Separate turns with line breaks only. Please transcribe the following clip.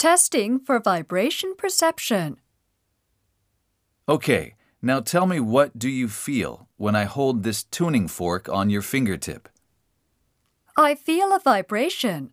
Testing for vibration perception.
Okay, now tell me what do you feel when I hold this tuning fork on your fingertip?
I feel a vibration.